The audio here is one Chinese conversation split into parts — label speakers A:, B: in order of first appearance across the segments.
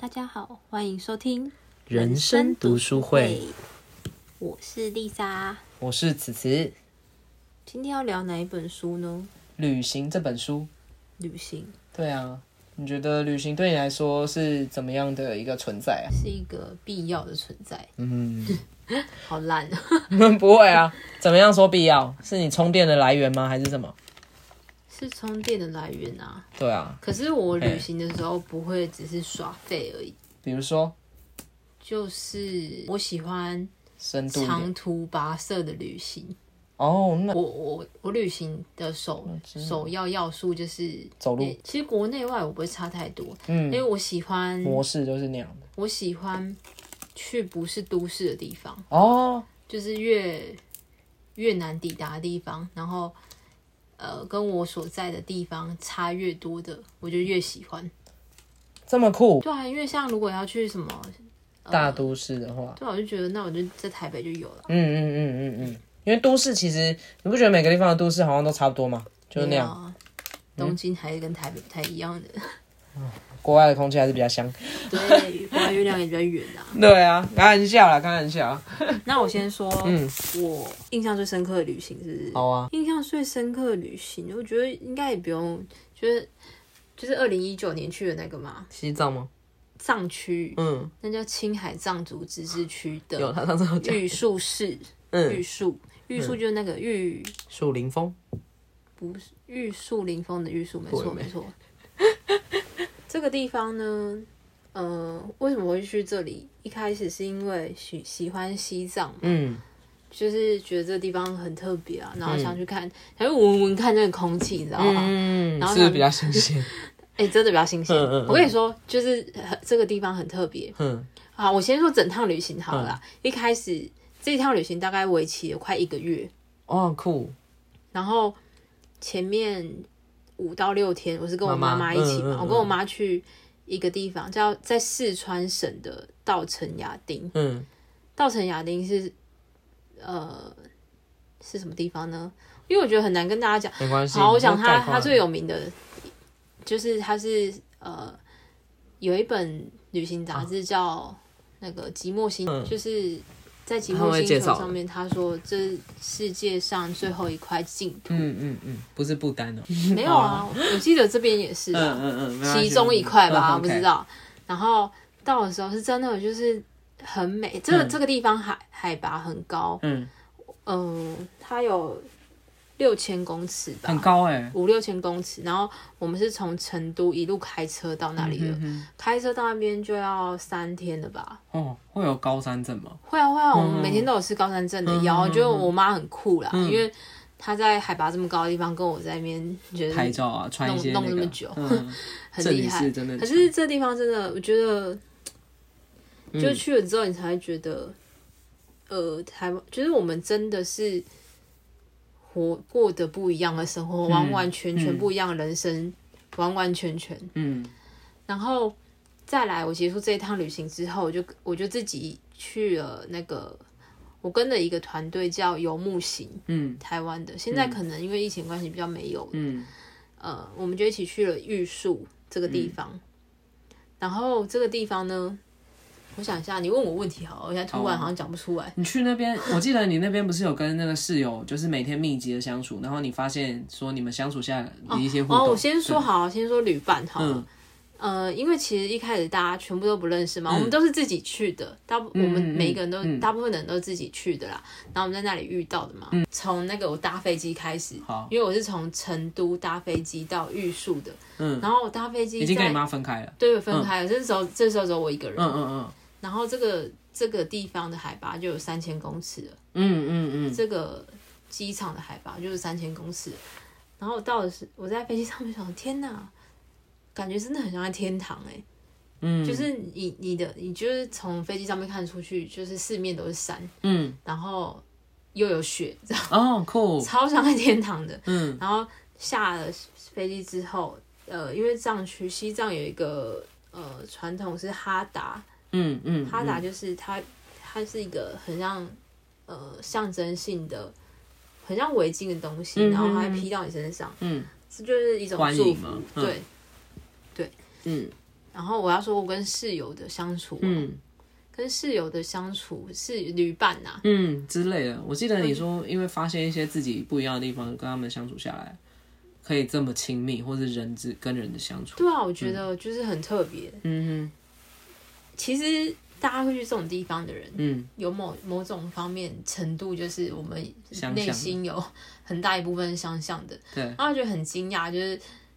A: 大家好，欢迎收听
B: 人生读书会，，
A: 我是丽莎。
B: 我是此慈。《
A: 今天要聊哪一本书呢？
B: 旅行》这本书，
A: 旅行
B: 对啊，你觉得旅行对你来说是怎么样的一个存在啊？
A: 是一个必要的存在，
B: 嗯，
A: 好烂 啊！
B: 不会啊，怎么样说必要？是你充电的来源吗？还是什么？
A: 是充电的来源啊。
B: 对啊，
A: 可是我旅行的时候不会只是耍废而已，
B: 比如说
A: 就是我喜欢
B: 深度一点
A: 长途跋涉的旅行。
B: 哦，那
A: 我我我旅行的首首要要素就是
B: 走路
A: 诶其实国内外我不会差太多，因为
B: 嗯，
A: 我喜欢
B: 模式就是那样的
A: 我喜欢去不是都市的地方，
B: 哦，
A: 就是越越难抵达的地方，然后呃，跟我所在的地方差越多的，我就越喜欢。
B: 这么酷。
A: 对啊，因为像如果要去什么，嗯
B: 大都市的话，
A: 对啊，我就觉得那我就在台北就有了。
B: 嗯嗯嗯嗯嗯，因为都市其实你不觉得每个地方的都市好像都差不多吗？就是那
A: 没有
B: 样，
A: 啊，东京还是跟台北不太一样的，
B: 国外的空气还是比较香。
A: 嗯对，国外月亮也比较远 啊。
B: 对啊，开玩笑啦，开玩笑。
A: 那我先说，
B: 嗯，
A: 我印象最深刻的旅行是不是
B: 好啊，
A: 印象最深刻的旅行，我觉得应该也不用，就是就是二零一九年去的那个嘛，
B: 西藏吗？
A: 藏区，
B: 嗯，
A: 那叫青海藏族自治区
B: 有
A: 的
B: 他上次有讲，
A: 玉树市，玉
B: 嗯，
A: 树，玉树就是那个玉
B: 树林峰，
A: 不是玉树临风的玉树，没错
B: 对
A: 没错。这个地方呢，呃，为什么会去这里？一开始是因为喜喜欢西藏嘛，
B: 嗯，
A: 就是觉得这个地方很特别啊，然后想去看，想去闻闻看那个空气，你知道吗？
B: 嗯
A: 然后
B: 是不
A: 他
B: 是比较 新鲜，
A: 哎、真的比较新鲜。
B: 嗯嗯嗯
A: 我跟你说，就是呃这个地方很特别
B: 嗯，
A: 啊。我先说整趟旅行好了啦，一开始这一趟旅行大概为期了快一个月，
B: 哦，酷，
A: 然后前面五到六天，我是跟我妈
B: 妈
A: 妈
B: 妈
A: 一起嘛，
B: 嗯嗯嗯
A: 我跟我妈去一个地方叫在四川省的稻城亚丁。
B: 嗯，
A: 稻城亚丁是呃是什么地方呢？因为我觉得很难跟大家讲。
B: 没关系。
A: 好，我想
B: 就
A: 他
B: 概括
A: 他最有名的，就是他是呃有一本旅行杂志叫那个《寂寞星》，
B: 嗯
A: 就是在《寂
B: 他
A: 寞
B: 会
A: 星
B: 介
A: 球
B: 绍》的
A: 上面，他说这是世界上最后一块净土，
B: 嗯嗯嗯，不是不 丹哦，
A: 没有啊，我记得这边也是、啊，
B: 嗯没关系
A: 其中一块吧，
B: 嗯
A: 不
B: OK
A: 知道。然后到的时候是真的就是很美，这个、
B: 嗯
A: 这个地方海海拔很高，
B: 嗯，
A: 嗯、它有六千公尺吧，
B: 很高哎，
A: 五六千公尺，然后我们是从成都一路开车到那里的，
B: 嗯
A: 开车到那边就要三天了吧？
B: 哼哦，会有高山症吗？
A: 会啊会啊，
B: 嗯
A: 我们每天都有吃高山症的药，
B: 嗯嗯嗯
A: 就我妈很酷啦，
B: 嗯
A: 因为她在海拔这么高的地方跟我在那边觉得
B: 拍照啊，穿一些
A: 嗯弄弄
B: 那
A: 那
B: 个
A: 么久
B: 嗯，
A: 很
B: 这
A: 厉
B: 里
A: 害
B: 是。真的
A: 可是这地方真的，我觉得
B: 嗯
A: 就去了之后，你才会觉得，呃，台湾就是我们真的是活过得不一样的生活，
B: 嗯
A: 完完全全
B: 嗯
A: 不一样的人生，完完全全。
B: 嗯
A: 然后再来，我结束这一趟旅行之后，我就我就自己去了那个，我跟了一个团队叫游牧行，
B: 嗯
A: 台湾的。现在可能因为疫情关系比较没有，
B: 嗯
A: 呃，我们就一起去了玉树这个地
B: 嗯
A: 方。然后这个地方呢，我想一下，你问我问题好了，我现在突然
B: 好啊
A: 好像讲不出来。
B: 你去那边，我记得你那边不是有跟那个室友，就是每天密集的相处，然后你发现说你们相处下的一些互动。
A: 哦，我先说好，先说旅伴好了。
B: 嗯
A: 呃，因为其实一开始大家全部都不认识嘛，
B: 嗯
A: 我们都是自己去的，大部
B: 嗯
A: 我们每一个人都、
B: 嗯嗯
A: 大部分人都是自己去的啦。然后我们在那里遇到的嘛，从那个我搭飞机开始，
B: 好
A: 因为我是从成都搭飞机到玉树的，
B: 嗯，
A: 然后我搭飞机
B: 已经跟你
A: 在
B: 妈分开了。
A: 对分开了，这时候这时候只有我一个人，
B: 嗯嗯
A: 然后这个这个地方的海拔就有三千公尺了，
B: 嗯嗯嗯
A: 这个机场的海拔就是三千公尺了，然后我到的是我在飞机上面想，天哪，感觉真的很像在天堂哎、
B: 嗯，
A: 就是你你的你就是从飞机上面看出去，就是四面都是山，
B: 嗯
A: 然后又有雪，这样
B: 哦酷
A: 超像在天堂的。
B: 嗯
A: 然后下了飞机之后，呃，因为藏区西藏有一个呃传统是哈达，
B: 嗯嗯
A: 哈达就是它它是一个很像呃象征性的，很像围巾的东西，
B: 嗯哼
A: 然后它会披到你身上，
B: 嗯
A: 这就是一种
B: 欢
A: 祝
B: 迎
A: 福
B: 嘛，嗯
A: 对。
B: 嗯
A: 然后我要说，我跟室友的相处、嗯，跟室友的相处是旅伴呐、
B: 嗯之类的。我记得你说，因为发现一些自己不一样的地方，跟他们相处下来，可以这么亲密，或是人之跟人的相处。
A: 对啊，我觉得就是很特别。
B: 嗯
A: 其实大家会去这种地方的人，
B: 哼，嗯，
A: 有某某种方面程度，就是我们
B: 相像
A: 内心有很大一部分是相像的。
B: 对，
A: 然后觉得很惊讶，就是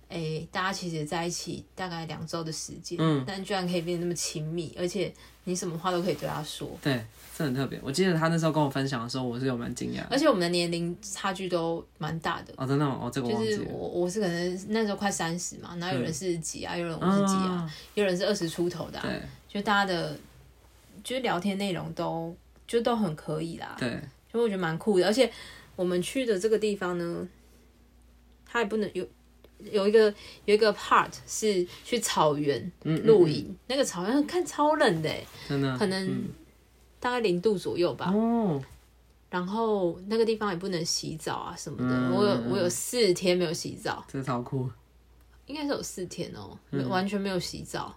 A: 哎、诶大家其实在一起大概两周的时间，
B: 嗯，
A: 但居然可以变得那么亲密，而且你什么话都可以对他说，
B: 对，这很特别。我记得他那时候跟我分享的时候，我是有蛮惊讶的。
A: 而且我们的年龄差距都蛮大的。
B: 哦，真的吗？哦，这个我
A: 就
B: 忘记
A: 是
B: 了。嗯
A: 我，我是可能那时候快三十嘛，然后有人是几啊，有人五十几啊，
B: 啊，
A: 有人是二十出头的、啊，
B: 对
A: 就大家的，就是聊天内容都就都很可以啦，
B: 对，
A: 所以我觉得蛮酷的。而且我们去的这个地方呢，它也不能有有一个有一个 part 是去草原
B: 嗯，嗯
A: 露营，那个草原看超冷的欸，
B: 真的
A: 可能
B: 嗯
A: 大概零度左右吧。
B: 哦，
A: 然后那个地方也不能洗澡啊什么的，
B: 嗯
A: 我有我有四天没有洗澡，
B: 这超酷。
A: 应该是有四天哦、
B: 嗯
A: 没完全没有洗澡，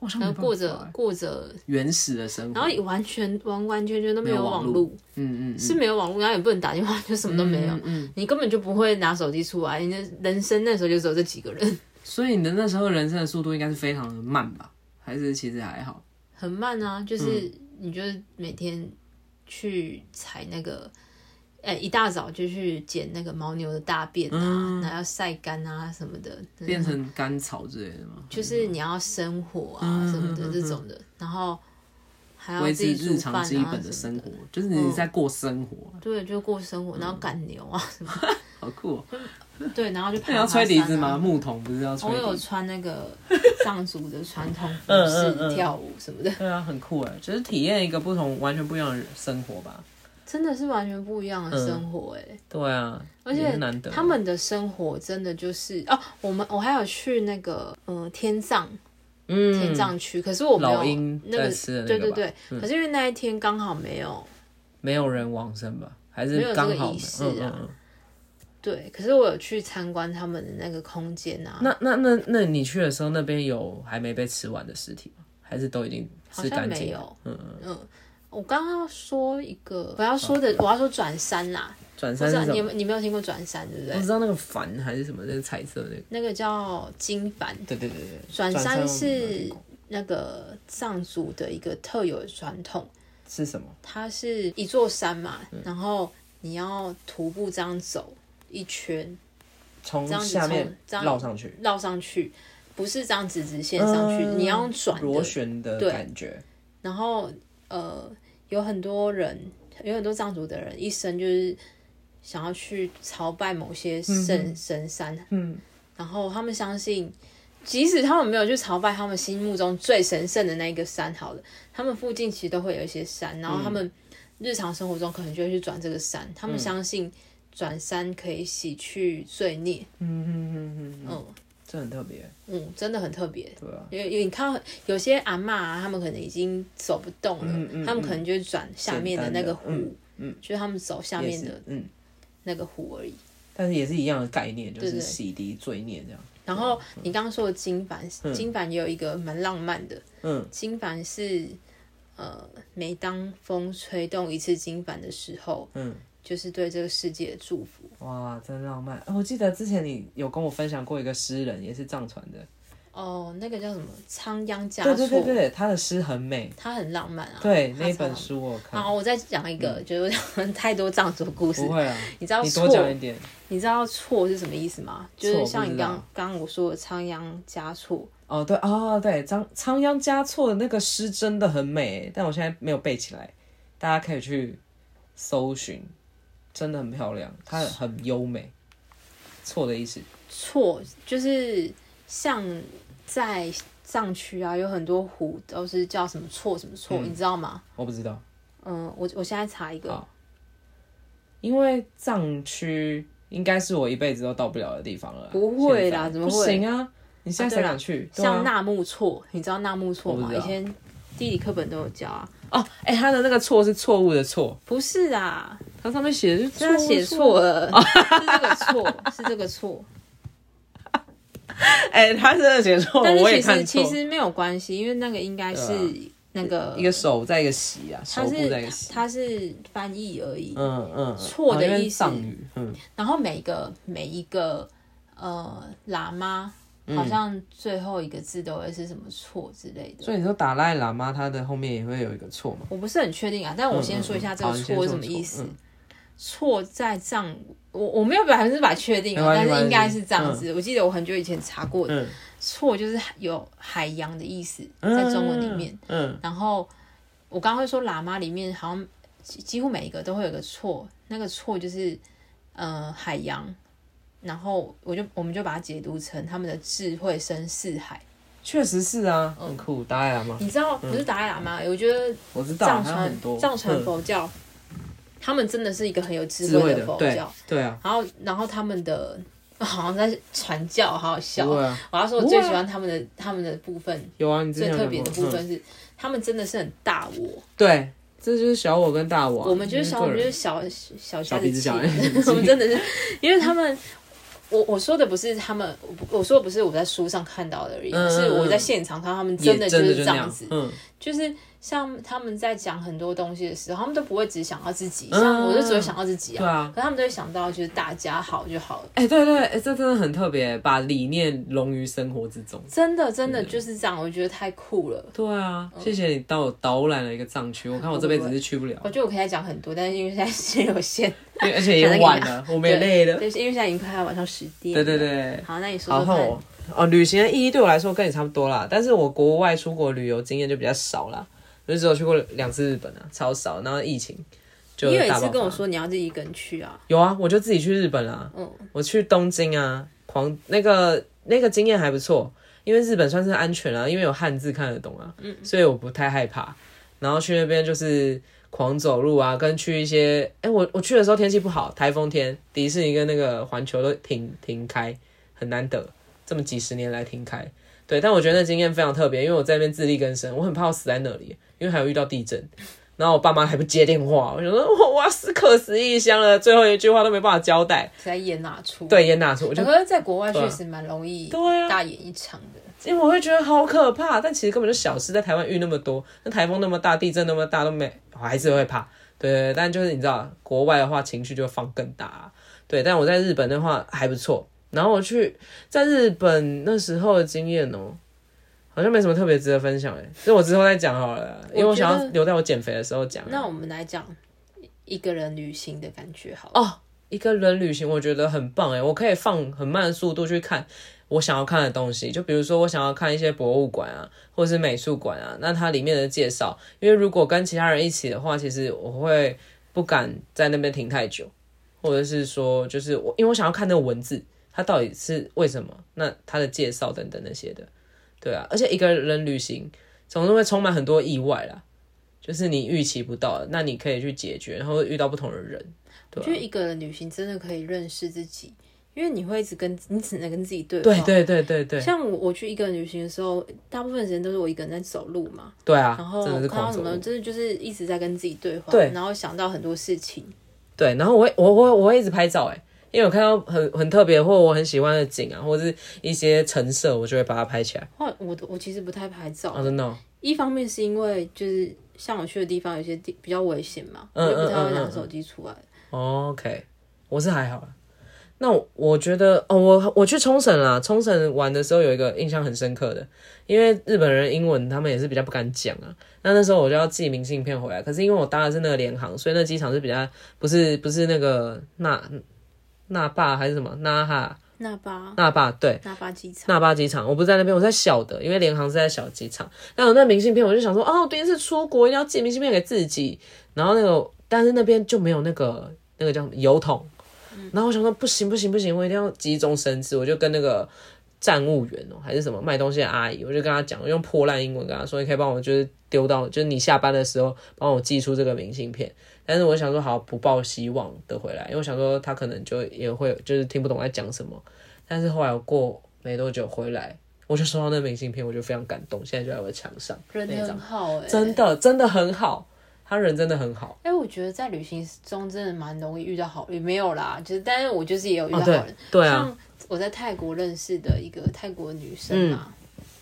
B: 我想
A: 然后过着过着，
B: 欸原始的生活，
A: 然后也完全完完全全都没有
B: 没有
A: 网
B: 网
A: 络，
B: 嗯嗯嗯，
A: 是没有网络，然后也不能打电话，就什么都没有。
B: 嗯嗯，嗯
A: 你根本就不会拿手机出来，你的人生那时候就只有这几个人，
B: 所以你的那时候人生的速度应该是非常的慢吧？还是其实还好？
A: 很慢啊。就是
B: 嗯
A: 你就是每天去采那个，呃、一大早就去捡那个牦牛的大便啊，然后要晒干啊什么的，
B: 嗯变成干草之类的吗？
A: 就是你要生火啊
B: 嗯
A: 什么的
B: 嗯嗯
A: 这种的，然后还要
B: 维
A: 自
B: 持
A: 己煮
B: 日
A: 饭
B: 常
A: 啊
B: 基本的
A: 什
B: 生
A: 么哦
B: 活，就是你在过生活，嗯
A: 对，就过生活，然后赶牛 啊什么，
B: 好酷、哦！
A: 啊对，然后就爬
B: 那你要吹笛子
A: 爬山啊
B: 吗？牧童不是要吹
A: 我哦有
B: 笛子？
A: 穿那个藏族的传统服
B: 嗯嗯
A: 饰
B: 嗯
A: 跳舞什么的，
B: 对啊，很酷哎，就是体验一个不同、完全不一样的生活吧。
A: 真的是完全不一样的生活哎、
B: 对啊，
A: 而
B: 也
A: 且
B: 是难得
A: 他们的生活真的就是哦，我们我还有去那个呃天葬
B: 嗯
A: 天葬区，可是我没
B: 老
A: 有
B: 鹰
A: 那
B: 在
A: 个
B: 吃的那
A: 对
B: 个嗯
A: 对
B: 吧
A: 对，可是因为那一天刚好没有
B: 没有人往生吧？还
A: 没有
B: 是
A: 这
B: 刚
A: 个
B: 好
A: 仪
B: 没
A: 式
B: 嗯
A: 啊
B: 嗯嗯
A: 对，可是我有去参观他们的那个空间啊，
B: 那那那那你去的时候，那边有还没被吃完的尸体吗？还是都已经
A: 好
B: 吃
A: 像
B: 干
A: 没
B: 净了？
A: 有，
B: 嗯嗯，
A: 嗯，我刚刚要说一个我要说的，我要说转山啦，
B: 转
A: 不
B: 山
A: 知
B: 是
A: 道
B: 什
A: 你有
B: 么？
A: 没有你没有听过转山对不
B: 我
A: 对？
B: 知道那个帆还是什么，那个彩色的那个。
A: 那个叫经幡，
B: 对对对对，
A: 嗯转
B: 转
A: 山
B: 山
A: 是那个藏族的一个特有的传统，
B: 是什么？
A: 它是一座山嘛，
B: 嗯
A: 然后你要徒步这样走一圈，
B: 从
A: 这样子
B: 下面
A: 从这样
B: 绕上去，
A: 绕上去，不是这样直直线上去，
B: 嗯
A: 你要用转
B: 螺
A: 的。
B: 旋的
A: 对
B: 感觉。
A: 然后呃，有很多人，有很多藏族的人一生就是想要去朝拜某些
B: 嗯
A: 圣
B: 哼
A: 神山，
B: 嗯，
A: 然后他们相信，即使他们没有去朝拜他们心目中最神圣的那一个山，好了，他们附近其实都会有一些
B: 嗯
A: 山，然后他们日常生活中可能就会去转这个山，他们相信转山可以洗去罪孽，
B: 嗯这很特别，
A: 嗯，真的很特别。
B: 对啊，
A: 因为因为你看到有些阿嬷啊，他们可能已经走不动了，
B: 嗯嗯
A: 他们可能就转下面那个湖，
B: 简单的嗯嗯
A: 就是他们走下
B: 也
A: 面
B: 是
A: 的
B: 嗯，
A: 那个湖而已。
B: 但是也是一样的概念，就
A: 对对
B: 是洗涤罪孽这样。
A: 然后你刚刚说的金凡，金凡也有一个蛮浪漫的，
B: 嗯，
A: 金凡是呃，每当风吹动一次金凡的时候，
B: 嗯，
A: 就是对这个世界的祝福。
B: 哇，真浪漫！哦我记得之前你有跟我分享过一个诗人，也是藏传的，
A: 哦，那个叫什么仓央嘉措，
B: 对对对对，他的诗很美。
A: 他很浪漫啊。
B: 对，
A: 他
B: 那一
A: 超浪
B: 本
A: 漫。
B: 书我有看，
A: 好，我再讲一个，就是我讲太多藏族故事
B: 不。会啊，
A: 你知道
B: 你
A: 错
B: 多讲一点。
A: 你知道“错”是什么意思吗？就是
B: 错
A: 像
B: 不
A: 你
B: 知道
A: 刚刚我说的仓央嘉措，
B: 哦，对哦，对，仓仓央嘉措的那个诗真的很美，欸但我现在没有背起来，大家可以去搜寻，真的很漂亮，它很优美。错的意思，
A: 错就是像在藏区啊，有很多湖都是叫什么错什么错，
B: 嗯
A: 你知道吗？
B: 我不知道，
A: 嗯，我我现在查一个
B: 好，因为藏区应该是我一辈子都到不了的地方了。
A: 不会啦
B: 现在
A: 怎么
B: 不
A: 会
B: 行啊？你现在才敢去？对
A: 像
B: 啊，
A: 纳木错，你知道纳木错
B: 我
A: 吗？
B: 不
A: 以
B: 知道
A: 前地理课本都有教啊。
B: 哦，哎、他的那个错是错误的错，
A: 不是啊，
B: 它上面写的是
A: 是他
B: 误
A: 写
B: 错哦
A: 错了，是这个错，是这个错。
B: 哎、他真的写错了，
A: 但是
B: 我也
A: 其
B: 看
A: 实
B: 错
A: 其。实没有关系，因为那个应该是
B: 对啊
A: 那个、
B: 一个手在一个席啊，手
A: 它
B: 部
A: 是
B: 在一个席。
A: 它是翻译而已。
B: 嗯嗯，
A: 错的
B: 啊因为
A: 意思
B: 藏语，嗯，
A: 然后每一个每一个呃喇嘛，
B: 嗯
A: 好像最后一个字都会是什么错之类的。
B: 所以你说达赖喇嘛他的后面也会有一个错嘛？
A: 我不是很确定啊，但我先说一下这个
B: 嗯嗯嗯
A: 错是什么意
B: 好
A: 思
B: 你先说。
A: 错在藏，我我没有百分之百确定啊，但
B: 没关系
A: 是应该是这样子。我记得我很久以前查过，
B: 嗯
A: 错就是有海洋的意思，
B: 嗯，
A: 在中文里面。，
B: 嗯
A: 然后我刚刚会说喇嘛里面好像几几乎每一个都会有个错，那个错就是呃海洋，然后我就我们就把它解读成他们的智慧深似海。
B: 确实是啊，
A: 嗯
B: 很酷，达赖喇嘛，
A: 你知道不是达赖喇嘛，我觉得
B: 我知道，
A: 藏
B: 还有
A: 传
B: 很多
A: 藏传
B: 嗯
A: 佛教，他们真的是一个很有智
B: 智慧
A: 慧
B: 的
A: 佛
B: 对
A: 教。
B: 对啊，
A: 然后，然后他们的 好像在传教，好好笑
B: 不
A: 哦。
B: 会啊，
A: 我要说，我最喜欢他们的他们的部分，
B: 有啊，你之
A: 最
B: 前有
A: 特
B: 讲
A: 别的
B: 过
A: 部
B: 嗯
A: 分是，他们真的是很大我。
B: 对，这就是小我跟大我啊，
A: 我们就是小，我
B: 个
A: 们
B: 人
A: 就是小小家
B: 小鼻
A: 子
B: 子
A: 气
B: 小
A: 我们真的是，因为他们，我我说的不是他们，我不我说的不是我在书上看到的而已，
B: 嗯嗯
A: 是我
B: 嗯
A: 在现场看到他们
B: 也
A: 真的就
B: 真的
A: 是
B: 就
A: 这
B: 那
A: 样
B: 样
A: 子。
B: 嗯，
A: 就是像他们在讲很多东西的时候，他们都不会只想到自己，
B: 嗯
A: 像我就只会想到自己
B: 对
A: 啊。
B: 啊。
A: 可他们都会想到就是大家好就好了，
B: 哎、对对，哎、这真的很特别，把理念融于生活之中。
A: 真的真
B: 嗯
A: 的就是这样，我觉得太酷了。
B: 对啊，
A: 嗯
B: 谢谢你带我导览了一个藏区，我看
A: 哦
B: 我这辈子是去不了，
A: 我觉得我可以再讲很多，但是因为现在时间有限，
B: 因为而且也晚 了， 我们也累了。
A: 对，因为现在已经快要晚上十点。
B: 对对。对，
A: 好，那你说
B: 好
A: 说
B: 换
A: 看
B: 我。哦，旅行的意义对我来说跟你差不多啦，但是我国外出国旅游经验就比较少啦，我就只有去过两次日本啊，超少。然后疫情就
A: 你有一
B: 大
A: 次
B: 爆
A: 跟我
B: 发。
A: 说你要自己一个人去啊，
B: 有啊，我就自己去日本啦。
A: 嗯，
B: 我去东京啊，狂那个那个经验还不错，因为日本算是安全啊，因为有汉字看得懂啊，嗯，所以我不太害怕。然后去那边就是狂走路啊，跟去一些，哎、我我去的时候天气不好，台风天，迪士尼跟那个环球都停停开，很难得，这么几十年来停开。对，但我觉得那经验非常特别，因为我在那边自力更生，我很怕我死在那里，因为还有遇到地震。然后我爸妈还不接电话，我想说我我要死渴死异乡了，最后一句话都没办法交代。
A: 在演哪出？，
B: 对，烟大叔，我
A: 我
B: 就
A: 觉得在国外确实蛮容易
B: 对啊，
A: 大演一场的。
B: 因为我会觉得好可怕，但其实根本就小事，在台湾遇那么多，那台风那么大，地震那么大都没，我还是会怕。对对对，但就是你知道，国外的话情绪就会放更大、对，但我在日本的话还不错。然后我去在日本那时候的经验哦、好像没什么特别值得分享哎、这我之后再讲好了，因为我
A: 我觉得
B: 想要留在我减肥的时候讲。
A: 那我们来讲一个人旅行的感觉好了。
B: 哦，一个人旅行我觉得很棒哎，我可以放很慢的速度去看我想要看的东西，就比如说我想要看一些博物馆啊，或者是美术馆啊，那它里面的介绍，因为如果跟其他人一起的话，其实我会不敢在那边停太久，或者是说就是我因为我想要看那个文字，它到底是为什么，那它的介绍等等那些的，对啊，而且一个人旅行总是会充满很多意外啦。就是你预期不到的，那你可以去解决，然后遇到不同的人，啊
A: 我觉得一个人旅行真的可以认识自己，因为你会一直跟你只能跟自己对话。
B: 对对对对对
A: 像我我去一个人旅行的时候，大部分时间都是我一个人在走路嘛，
B: 对啊
A: 然后，
B: 真
A: 看
B: 的是
A: 到
B: 狂
A: 什
B: 走
A: 么，
B: 路。
A: 真的就是一直在跟自己对话，
B: 对
A: 然后想到很多事情。
B: 对，然后我会我我我会一直拍照哎，因为我看到很很特别或我很喜欢的景啊，或者是一些陈设，我就会把它拍起来。
A: 后来我我其实不太拍照，
B: 哦，真的哦，
A: 一方面是因为就是像我去的地方有些地比较危险嘛，
B: 嗯
A: 我就不太
B: 嗯
A: 会
B: 嗯
A: 拿
B: 嗯
A: 手机出来。
B: 哦 OK，我是还好啦。那我我觉得哦，我我去冲绳啦，冲绳玩的时候有一个印象很深刻的，因为日本人英文他们也是比较不敢讲啊。那那时候我就要寄明信片回来，可是因为我搭的是那个联航，所以那机场是比较不是不是那个那那霸还是什么那哈
A: 那巴
B: 那霸啊对。
A: 那巴机场，
B: 那霸机场，我不是在那边，我在小的，因为联航是在小机场。那有那明信片，我就想说，哦，第一次出国一定要寄明信片给自己。然后那个，但是那边就没有那个那个叫什么邮筒。
A: 嗯
B: 然后我想说，不行不行不行，我一定要急中生智，我就跟那个站务员哦、还是什么卖东西的阿姨，我就跟她讲，我用破烂英文跟她说，你可以帮我就是丢到，就是你下班的时候帮我寄出这个明信片。但是我想说，好不抱希望的回来，因为我想说他可能就也会就是听不懂我在讲什么。但是后来我过没多久回来，我就收到那明信片，我就非常感动，现在就在我的墙上。
A: 人
B: 那
A: 很
B: 张
A: 好哎、
B: 真的真的很好，他人真的很好。
A: 哎、我觉得在旅行中真的蛮容易遇到好人，没有啦，就是但是我就是也有遇到
B: 哦，
A: 好
B: 对
A: 人，
B: 对啊，
A: 像我在泰国认识的一个泰国女生嘛，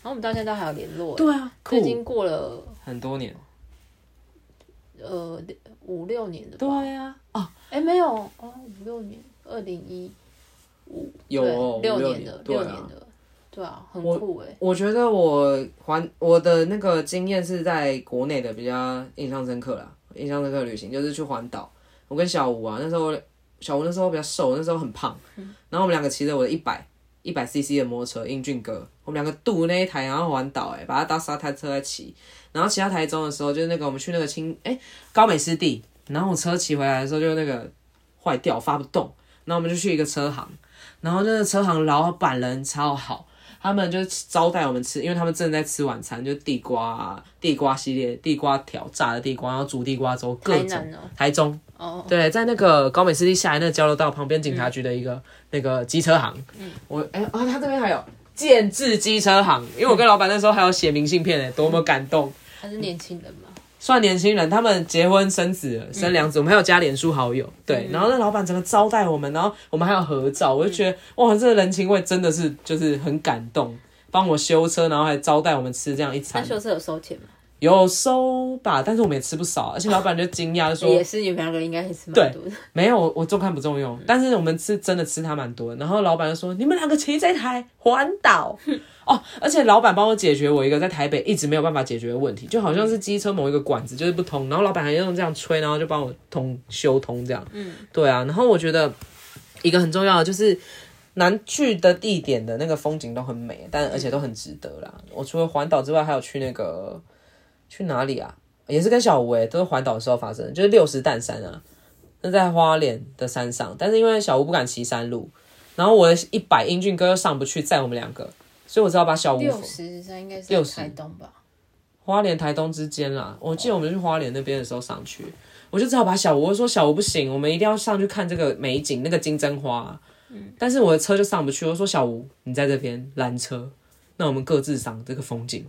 A: 然后我们到现在都还有联络，
B: 嗯对啊，
A: 都已
B: 酷，
A: 经过了
B: 很多年。
A: 呃六五六年的吧，
B: 对啊，
A: 哎、没有哦，五六年，二零一
B: 有哦
A: 六
B: 五六
A: 的
B: 对
A: 六
B: 啊
A: 年的，对啊，很
B: 我
A: 酷哎，
B: 我觉得我环我的那个经验是在国内的比较印象深刻啦，印象深刻的旅行就是去环岛。我跟小吴啊，那时候小吴那时候比较瘦，那时候很胖，
A: 嗯
B: 然后我们两个骑着我的一百一百 CC 的摩托车，英俊哥，我们两个渡那一台，然后环岛，哎，把它当沙滩车在骑。然后骑到台中的时候，就是那个我们去那个青哎、高美湿地，然后我车骑回来的时候就那个坏掉发不动，然后我们就去一个车行，然后那个车行老板人超好。他们就招待我们吃，因为他们正在吃晚餐，就地瓜、啊、地瓜系列、地瓜条、炸的地瓜，然后煮地瓜粥，各
A: 台
B: 种
A: 南哦，
B: 台中
A: 哦，
B: 对，在那个高美湿地下来那个交流道旁边警察局的一个、那个机车行，我哎、啊，他这边还有建制机车行，因为我跟老板那时候还有写明信片哎，多么感动。
A: 她是年轻人嘛，
B: 算年轻人，他们结婚生子了，生两子，我们还有加脸书好友，对，然后那老板整个招待我们，然后我们还有合照，我就觉得、哇，这个人情味真的是就是很感动，帮我修车，然后还招待我们吃这样一
A: 那
B: 餐，
A: 修车有收钱吗？
B: 有收吧，但是我们也吃不少，啊而且老板就惊讶就说，
A: 也是你们两个应该也是蛮多的，
B: 没有，我重看不重用，但是我们吃真的吃它蛮多的。然后老板就说：“你们两个骑这台环岛哦！”而且老板帮我解决我一个在台北一直没有办法解决的问题，就好像是机车某一个管子就是不通，然后老板还用这样吹，然后就帮我通修通这样。嗯，对啊。然后我觉得一个很重要的就是南去的地点的那个风景都很美，但而且都很值得啦。我除了环岛之外，还有去那个去哪里啊？也是跟小吴诶、都是环岛的时候发生的，就是六十弹山啊。那在花莲的山上，但是因为小吴不敢骑山路，然后我的一百英俊哥又上不去载我们两个，所以我只好把小吴
A: 六十三应该是
B: 60
A: 在台东吧，
B: 花莲台东之间啦。我记得我们去花莲那边的时候上去，我就只好把小吴我说小吴不行，我们一定要上去看这个美景，那个金针花、但是我的车就上不去，我说小吴你在这边拦车，那我们各自赏这个风景。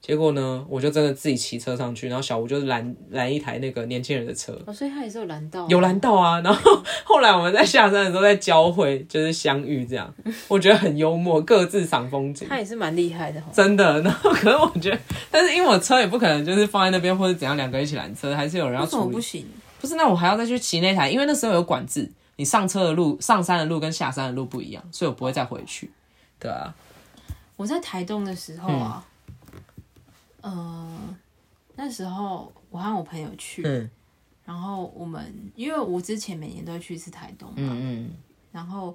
B: 结果呢，我就真的自己骑车上去，然后小吴就拦拦一台那个年轻人的车，
A: 哦，所以他也是有拦到啊，
B: 有拦到啊。然后后来我们在下山的时候在交汇，就是相遇这样，我觉得很幽默，各自赏风景，
A: 他也是蛮厉害的哈，
B: 真的。 然后可是我觉得，但是因为我车也不可能就是放在那边或者怎样，两个人一起拦车，还是有人要
A: 为什么
B: 处理
A: 不。行？
B: 不是，那我还要再去骑那台，因为那时候有管制，你上车的路、上山的路跟下山的路不一样，所以我不会再回去。对啊，
A: 我在台东的时候啊，呃，那时候我和我朋友去，
B: 嗯
A: 然后我们因为我之前每年都会去一次台东嘛，
B: 嗯嗯，
A: 然后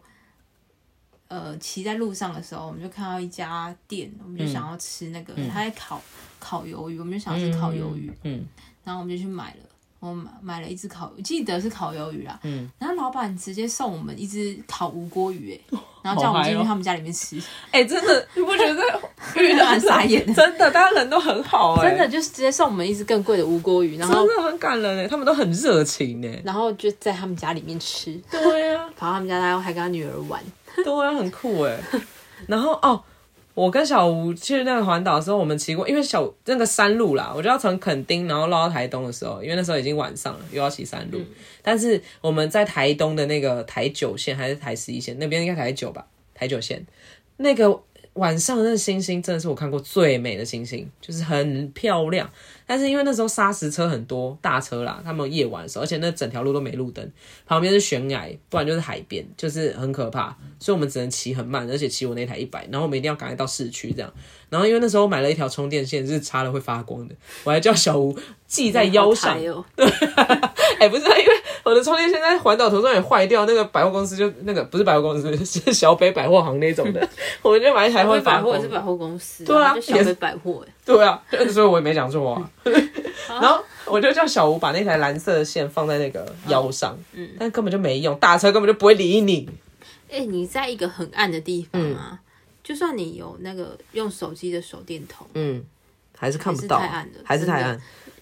A: 呃骑在路上的时候，我们就看到一家店，我
B: 嗯
A: 们就想要吃那个，他在烤烤鱿鱼，我们就想要吃烤鱿鱼，
B: 嗯，
A: 然后我们就去买了。我买买了一只烤，我记得是烤鱿鱼啦。嗯，然后老板直接送我们一只烤无锅鱼、哎，然后叫我们进
B: 好
A: 去
B: 嗨哦
A: 他们家里面吃，
B: 哎、真的，你不觉 得遇到
A: 蛮傻眼的。
B: 真的，大家人都很好哎、
A: 真的就是直接送我们一只更贵的无锅鱼，然后
B: 真的很感人哎，他们都很热情哎。
A: 然后就在他们家里面吃，
B: 对啊呀、
A: 跑到他们家，然后还跟他女儿玩。
B: 对啊，很酷哎。然后哦，我跟小吴去那个环岛的时候，我们骑过，因为小那个山路啦，我就要从垦丁然后绕到台东的时候，因为那时候已经晚上了，又要骑山路。但是我们在台东的那个台九线还是台十一线那边应该台九吧，台九线那个。晚上的那个星星真的是我看过最美的星星，就是很漂亮。但是因为那时候砂石车很多，大车啦，他们夜晚的时候，而且那整条路都没路灯，旁边是悬崖，不然就是海边，就是很可怕。所以我们只能骑很慢，而且骑我那台一百，然后我们一定要赶快到市区这样。然后因为那时候我买了一条充电线，是插了会发光的，我还叫小吴系在腰上
A: 好，抬哦，
B: 哎、不是，因为我的充电线在环岛途中也坏掉，那个百货公司就那个不是百货公司， 是小北百货行那种 的，我们就买一台会
A: 会
B: 发
A: 百货
B: 光
A: 也是
B: 的。
A: 百货公司，
B: 对啊
A: 就小北百货哎，
B: 对啊，所以我也没讲错啊。 然后我就叫小吴把那台蓝色的线放在那个
A: 啊
B: 腰上，嗯，但根本就没用，大车根本就不会理你。
A: 哎、你在一个很暗的地方啊，就算你有那个用手机的手电筒，
B: 嗯，还是看不到
A: 还是太暗了，
B: 还是太暗
A: 真。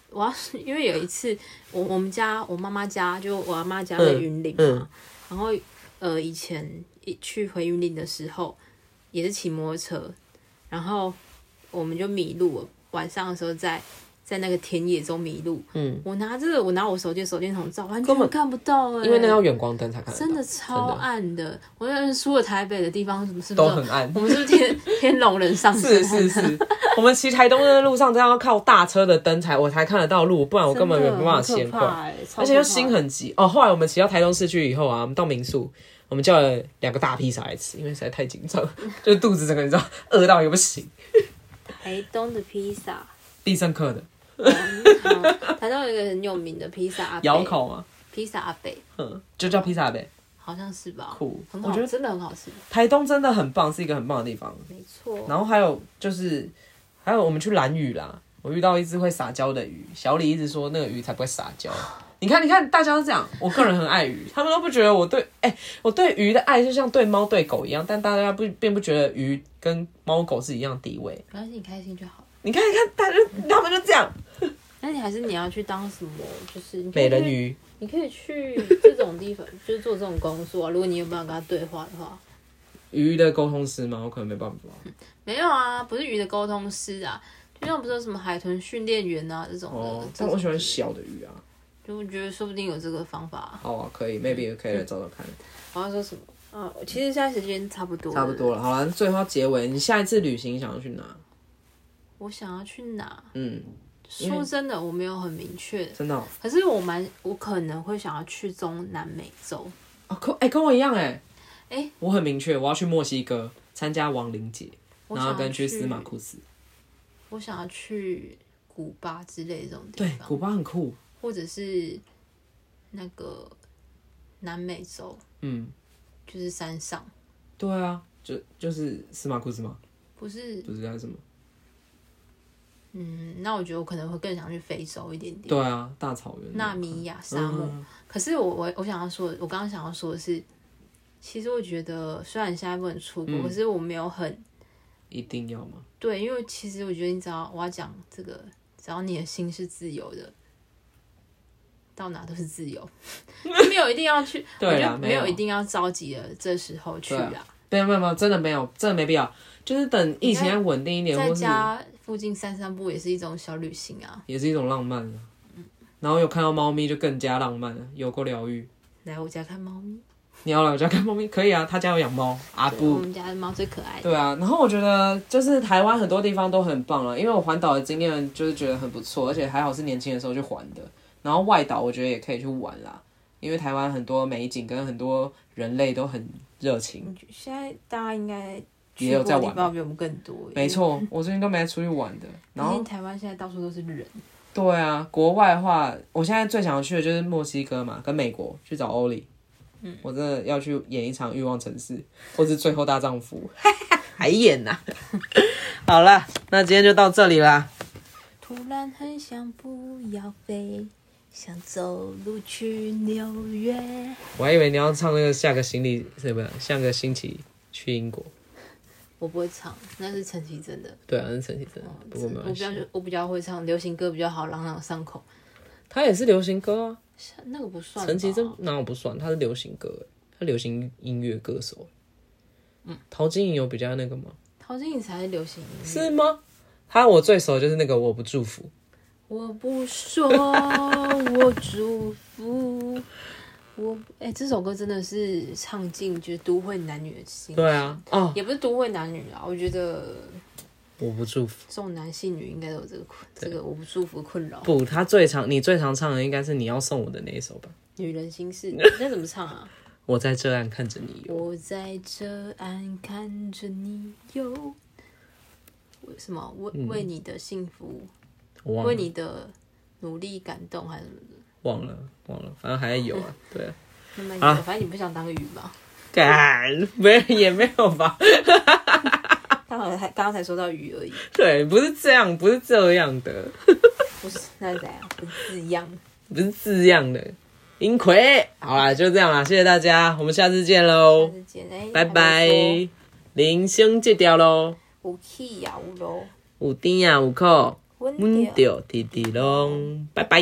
A: 我要是因为有一次，我我们家我妈妈家就我阿妈家在云林嘛，
B: 嗯
A: 然后呃以前一去回云林的时候也是骑摩托车，然后我们就迷路了，晚上的时候在在那个田野中迷路。
C: 嗯，
A: 我拿这个，我拿我手机的手电筒照，完
C: 根本
A: 全看不到哎、
C: 因为那要远光灯才看得到，
A: 真的超暗的。我那出了台北的地方，是不是
B: 都很暗
A: 我。们是不是 天天龙人上身？
B: 是是是， 我们骑台东的路上，真的要靠大车的灯才我才看得到路，不然我根本没办法
A: 真的很
B: 闲
A: 可
B: 逛。
A: 怕欸超
B: 而且又
A: 可怕
B: 心很急哦。后来我们骑到台东市区以后啊，我们到民宿，我们叫了两个大披萨来吃，因为实在太紧张，就是肚子整个你知道饿到也不行。
A: 台东的披 萨。
B: 必胜客的
A: 嗯台东有一个很有名的披萨阿伯
B: 窑烤嘛，
A: 披萨阿北，
B: 嗯，就叫披萨呗。
A: 好像是吧？
B: 酷
A: 很
B: 我
A: 好
B: 觉得，
A: 真的很好吃，
B: 台东真的很棒，是一个很棒的地方。
A: 没错。
B: 然后还有就是，还有我们去蓝屿啦，我遇到一只会撒娇的鱼，小李一直说那个鱼才不会撒娇。你看，你看，大家都这样。我个人很爱鱼，他们都不觉得我对，哎、我对鱼的爱就像对猫对狗一样，但大家不并不觉得鱼跟猫狗是一样地位。
A: 没关系，你开心就好。
B: 你看，你看，他就他们就这样。
A: 那你还是你要去当什么？就是你可以
B: 美人
A: 去，
B: 鱼，
A: 你可以去这种地方，就是做这种工作、啊。如果你有办法跟他对话的话，
B: 鱼的沟通师吗？我可能没办法。
A: 没有啊，不是鱼的沟通师啊，就像不是有什么海豚训练员啊这种的。
B: 哦，
A: 这
B: 但
A: 种
B: 我喜欢小的鱼啊。
A: 就我觉得说不定有这个方法、啊。
B: 好啊，可以，maybe 可以来找找看。
A: 我要说什么？啊，其实现在时间差不多，
B: 差不多。了，好了，最后要结尾，你下一次旅行想要去哪？
A: 我想要去哪？
B: 嗯，
A: 说真的，我没有很明确。
B: 真的哦、
A: 可是我蛮，我可能会想要去中南美洲。
B: 哦，跟哎、跟我一样哎、
A: 哎
B: 我很明确，我要去墨西哥参加亡灵节，
A: 我
B: 然
A: 想
B: 后
A: 要
B: 跟去司马库斯。
A: 我想要去古巴之类这种地
B: 对，
A: 方，
B: 古巴很酷，
A: 或者是那个南美洲，
B: 嗯，
A: 就是山上，
B: 对啊，就就是司马库斯嘛，
A: 不是？
B: 不是还是什么？
A: 嗯，那我觉得我可能会更想去非洲一点点，
B: 对啊，大草原。
A: 纳米亚沙漠。
B: 嗯
A: 可是我我我想要说，我刚刚想要说的是，其实我觉得虽然现在不能出
B: 嗯
A: 国，可是我没有很
B: 一定要吗？
A: 对，因为其实我觉得你只要我要讲这个，只要你的心是自由的，到哪都是自 由，没有一定要去，
B: 对啊
A: 我觉得
B: 没
A: 没有
B: 有
A: 一定要着急的这时候去
B: 对啊
A: 啦，
B: 没有没有没有，真的没有，真的没必要。就是等疫情还稳定一点，
A: 在
B: 或是
A: 家附近散散步也是一种小旅行啊。
B: 也是一种浪漫啊。然后有看到猫咪就更加浪漫了，有够疗愈。
A: 来我家看猫咪，
B: 你要来我家看猫咪可以啊，他家有养猫啊
A: 我
B: 不。
A: 们家的猫最可爱。
B: 对啊，然后我觉得就是台湾很多地方都很棒了，因为我环岛的经验就是觉得很不错，而且还好是年轻的时候去环的。然后外岛我觉得也可以去玩啦，因为台湾很多美景跟很多人类都很热情。
A: 现在大家应该
B: 也
A: 去过
B: 有在
A: 的地
B: 玩
A: 方比我们更多，
B: 没，错，我最近都没出去玩 的。然
A: 毕
B: 后
A: 竟台湾现在到处都是人。
B: 对啊，国外的话，我现在最想去的就是墨西哥嘛，跟美国去找欧里。嗯，我真的要去演一场《欲望城市》或是《最后大丈夫》， 还演呐、 好了，那今天就到这里啦。
A: 突然很想不要飞，想走路去纽约。
B: 我还以为你要唱那个下个行李是不是下个星期去英国？
A: 我不会唱，那是陈绮贞的。
B: 对啊，那是陈绮贞，不过没
A: 我
B: 关
A: 比较
B: 系，
A: 我比较会唱流行歌，比较好朗朗上口。
B: 他也是流行歌啊。
A: 像那个不算吧。
B: 陈绮贞哪有不算？他是流行歌欸，他流行音乐歌手。嗯，陶晶莹有比较那个吗？
A: 陶晶莹才是流行音乐。
B: 是吗？他我最熟就是那个我不祝福，
A: 我不说，我祝福。我哎、这首歌真的是唱尽就是都会男女的心。
B: 对啊，哦，
A: 也不是都会男女啊，我觉得
B: 我不祝福。
A: 重男轻女应该都有这个困，这个我不祝福困扰。
B: 不，他最常你最常唱的应该是你要送我的那一首吧？
A: 女人心 事，那怎么唱啊？
B: 我在这岸看着你游，
A: 我在这岸看着你游，为什么为为你的幸福，
B: 嗯我忘
A: 为
B: 了啊
A: 你的努力感动，还是什么的？
B: 忘了忘了，反正还在游啊，对啊。
A: 慢慢讲，反正你不想当鱼嘛。
B: 干，没也没有吧？
A: 刚好才刚刚才说到鱼而已，
B: 对，不是这样，不是这样的，
A: 不是那是怎 样？不是字样。
B: 不是字样的。英奎，好啦，就这样啦，谢谢大家，我们下次见
A: 下
B: 喽，
A: 次见，哎，
B: 哦拜
A: 还没说
B: 拜。铃声戒掉喽，
A: 有气呀，有咯，
B: 有甜啊有苦，
A: 温
B: 闷
A: 掉。
B: 着滴滴拢，拜拜